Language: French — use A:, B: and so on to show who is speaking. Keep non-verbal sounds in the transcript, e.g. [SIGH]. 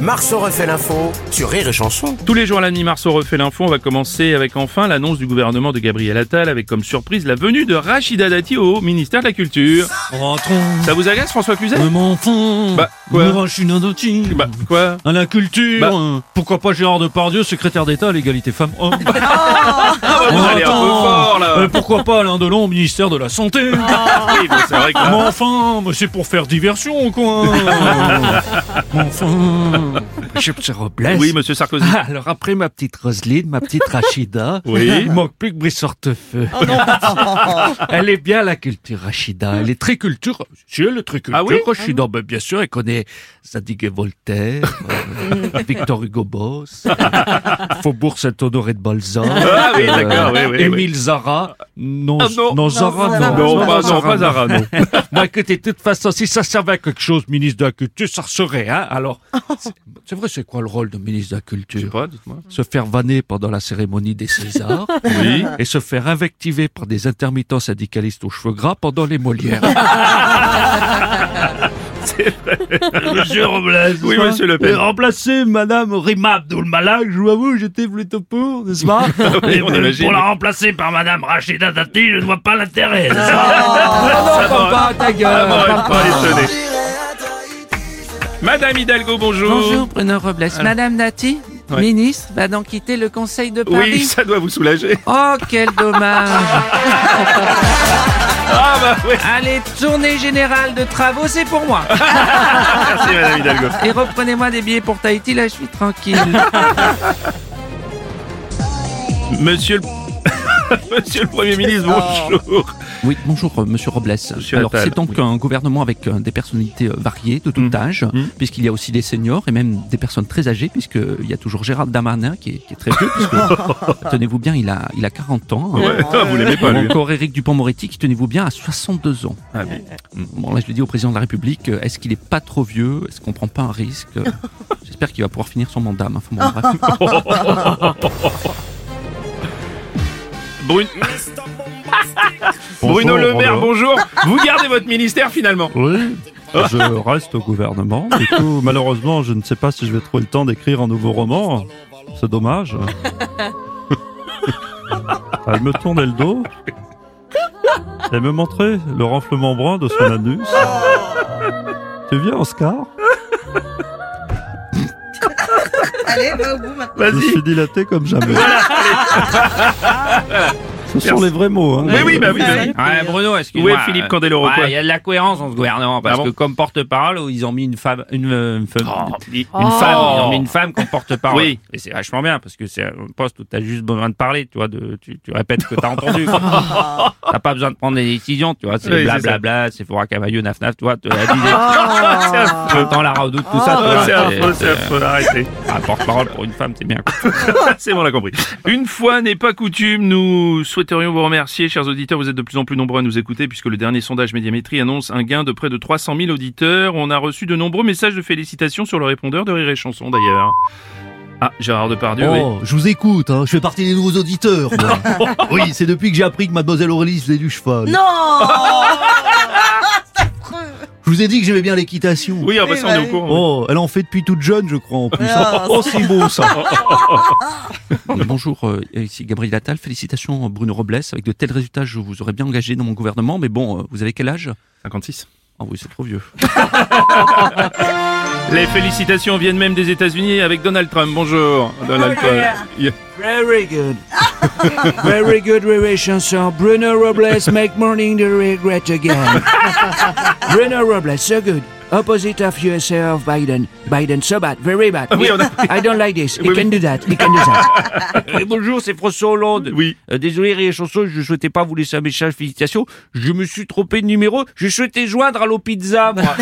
A: Marceau refait l'info sur Rire et Chanson.
B: Tous les jours à la mi-mars, on refait l'info. On va commencer avec enfin l'annonce du gouvernement de Gabriel Attal avec comme surprise la venue de Rachida Dati au ministère de la Culture.
C: Rentrons,
B: Ça vous agace, François Cluzet
C: me mon fond.
B: Bah, quoi
C: Nous rachinons nos teams.
B: Bah, quoi
C: À la culture.
B: Bah.
C: euh, Pourquoi pas Gérard Depardieu, secrétaire d'État à
B: [LAUGHS]
C: l'égalité femmes-hommes.
B: Ah, Vous allez Bah, un peu
C: Oh, Attends.
B: fort, là
C: Euh, Pourquoi pas Alain Delon, au ministère de
B: [LAUGHS]
C: la Santé.
B: Oui, bon, c'est vrai que là-
C: Mais enfin, mais c'est pour faire diversion,
B: [LAUGHS]
C: quoi. Mais enfin. Je me Robles.
B: Oui, monsieur Sarkozy.
C: Ah, Alors après ma petite Roselyne, ma petite Rachida,
B: [LAUGHS] Oui.
C: il manque plus que Brice Sortefeu. [LAUGHS] elle est bien la culture Rachida, elle est très culture. Si elle est très culture
B: Ah oui
C: Rachida, ben, bien sûr, elle connaît Zadig et Voltaire,
B: [LAUGHS]
C: euh, Victor Hugo Boss, [LAUGHS] Faubourg Saint-Honoré de Balzac,
B: Ah oui, d'accord, oui, oui, oui.
C: Euh, Émile Zara, non,
B: Ah non.
C: non, Zara, non,
B: Non, pas, non, pas Zara,
C: [LAUGHS]
B: non.
C: Bon, Bah, écoutez, de toute façon, si ça servait à quelque chose, ministre de la Culture, ça serait, hein. Alors, c'est- c'est vrai, c'est quoi le rôle de ministre de la
B: Je sais
C: Culture
B: pas, dites-moi.
C: se faire vanner pendant la cérémonie des [LAUGHS] Césars
B: Oui. [LAUGHS]
C: et se faire invectiver par des intermittents syndicalistes aux cheveux gras pendant les [LAUGHS] Molières.
B: Monsieur Robles. Oui, monsieur Le Pen.
C: remplacer Madame Rima Abdul Malak, je vous avoue, j'étais plutôt pour, n'est-ce [LAUGHS] pas
B: Oui, on imagine.
C: remplacer par Madame Rachida Dati, je ne vois pas l'intérêt. Non, non,
B: Ça va.
C: papa, ta
B: Ah,
C: gueule.
B: bon, elle peut aller sonner. Madame Hidalgo, bonjour.
D: Bonjour Bruno Robles. Madame Dati,
B: Ouais.
D: ministre, va donc quitter le Conseil de Paris.
B: Oui, ça doit vous soulager. [LAUGHS]
D: Oh, quel dommage.
B: Ah bah oui.
D: Allez, tournée générale de travaux, c'est pour
E: [LAUGHS]
D: moi.
B: Merci Madame Hidalgo.
D: Et reprenez-moi des billets pour Tahiti, là, je suis tranquille.
B: Monsieur le... Monsieur le [LAUGHS] Premier ministre, bonjour.
E: [LAUGHS] Oui, bonjour euh, Monsieur Robles.
B: Monsieur
E: Alors
B: Attal,
E: c'est donc un gouvernement avec euh, des personnalités euh, variées de tout
B: Mmh.
E: âge, puisqu'il y a aussi des seniors et même des personnes très âgées, puisqu'il y a toujours Gérald Darmanin qui est, qui est très vieux,
B: [LAUGHS]
E: puisque tenez-vous bien, il a, il a 40 ans. hein.
B: Ouais, ah, vous l'aimez pas
E: Ou
B: lui.
E: encore Éric Dupont-Moretti qui, tenez-vous bien, à 62 ans. Mmh.
B: Ah oui.
E: Bon là je le dis au président de la République, euh, est-ce qu'il est pas trop vieux Est-ce qu'on prend pas un risque
B: [LAUGHS]
E: Euh, J'espère qu'il va pouvoir finir son mandat. mais enfin, bon, bref.
B: Brune- [LAUGHS] Bruno Le Maire, bonjour. Vous gardez votre ministère finalement.
F: Oui, je reste au gouvernement. Du coup, malheureusement, je ne sais pas si je vais trouver le temps d'écrire un nouveau roman. C'est dommage. Elle me tournait le dos. Elle me montrait le renflement brun de son anus. Tu viens, Oscar Allez, va au bout maintenant. Je suis dilaté comme jamais. Ce sont les vrais mots. Hein,
B: Mais oui, bah oui. bah oui.
G: Ouais, Bruno, excuse-moi.
B: Où est Philippe Candeloro
G: Ouais, Il
B: quoi
G: y a de la cohérence dans ce gouvernement parce
B: Ah bon
G: que comme porte-parole, ils ont mis une femme, une, euh, une femme,
B: Oh, il-
G: une femme, ils ont mis une femme comme porte-parole.
B: Oui.
G: Et c'est vachement bien parce que c'est un poste où t'as juste besoin de parler, tu vois, de, tu, tu répètes ce que t'as entendu. quoi. [LAUGHS] t'as pas besoin de prendre des décisions, tu vois. C'est
B: Oui, c'est ça.
G: blablabla, c'est Fora Camailleux, Naf Naf, tu vois. tu as dit des- [LAUGHS]
B: c'est affreux.
G: T'entends la redoute, tout ça. tu
B: Ah,
G: vois,
B: c'est affreux,
G: c'est-
B: c'est affreux, arrêtez.
G: Un porte-parole pour une femme, c'est bien.
B: C'est bon, on l'a compris. Une fois n'est pas coutume, nous souhaiterions vous remercier, chers auditeurs. Vous êtes de plus en plus nombreux à nous écouter puisque le dernier sondage Médiamétrie annonce un gain de près de 300 000 auditeurs. On a reçu de nombreux messages de félicitations sur le répondeur de Rire et Chanson, d'ailleurs. Ah, Gérard Depardieu, oui.
H: Oh, je vous écoute, hein, je fais partie des nouveaux auditeurs.
G: [LAUGHS]
H: moi. oui, c'est depuis que j'ai appris que Mademoiselle Aurélie faisait du cheval. Non [LAUGHS] Je vous ai dit que j'aimais bien l'équitation.
B: Oui, ah bah ça, on est au courant.
H: Oh, elle en fait depuis toute jeune, je crois, en plus. oh, c'est beau ça
E: Bonjour, euh, ici Gabriel Attal. Félicitations euh, Bruno Robles. Avec de tels résultats, je vous aurais bien engagé dans mon gouvernement, mais bon, euh, vous avez quel âge
B: 56.
E: Ah oui, c'est trop
G: [LAUGHS]
E: vieux.
B: Les félicitations viennent même des États-Unis avec Donald Trump. Bonjour, Donald Trump. Yeah.
C: Very good. [LAUGHS] Very good relationship. Bruno Robles make morning the regret again. [LAUGHS] Bruno Robles, so good. Opposite of USA of Biden. Biden, so bad, very bad.
B: Ah Oui, on a-
C: I don't
B: [LAUGHS]
C: like this. He
B: Oui,
C: can do that. He can do that.
G: Et bonjour, c'est François Hollande.
B: Oui.
G: Euh, désolé, Rire et Chanson, je souhaitais pas vous laisser un message, félicitations. Je me suis trompé de numéro. Je souhaitais joindre à l'eau pizza, moi.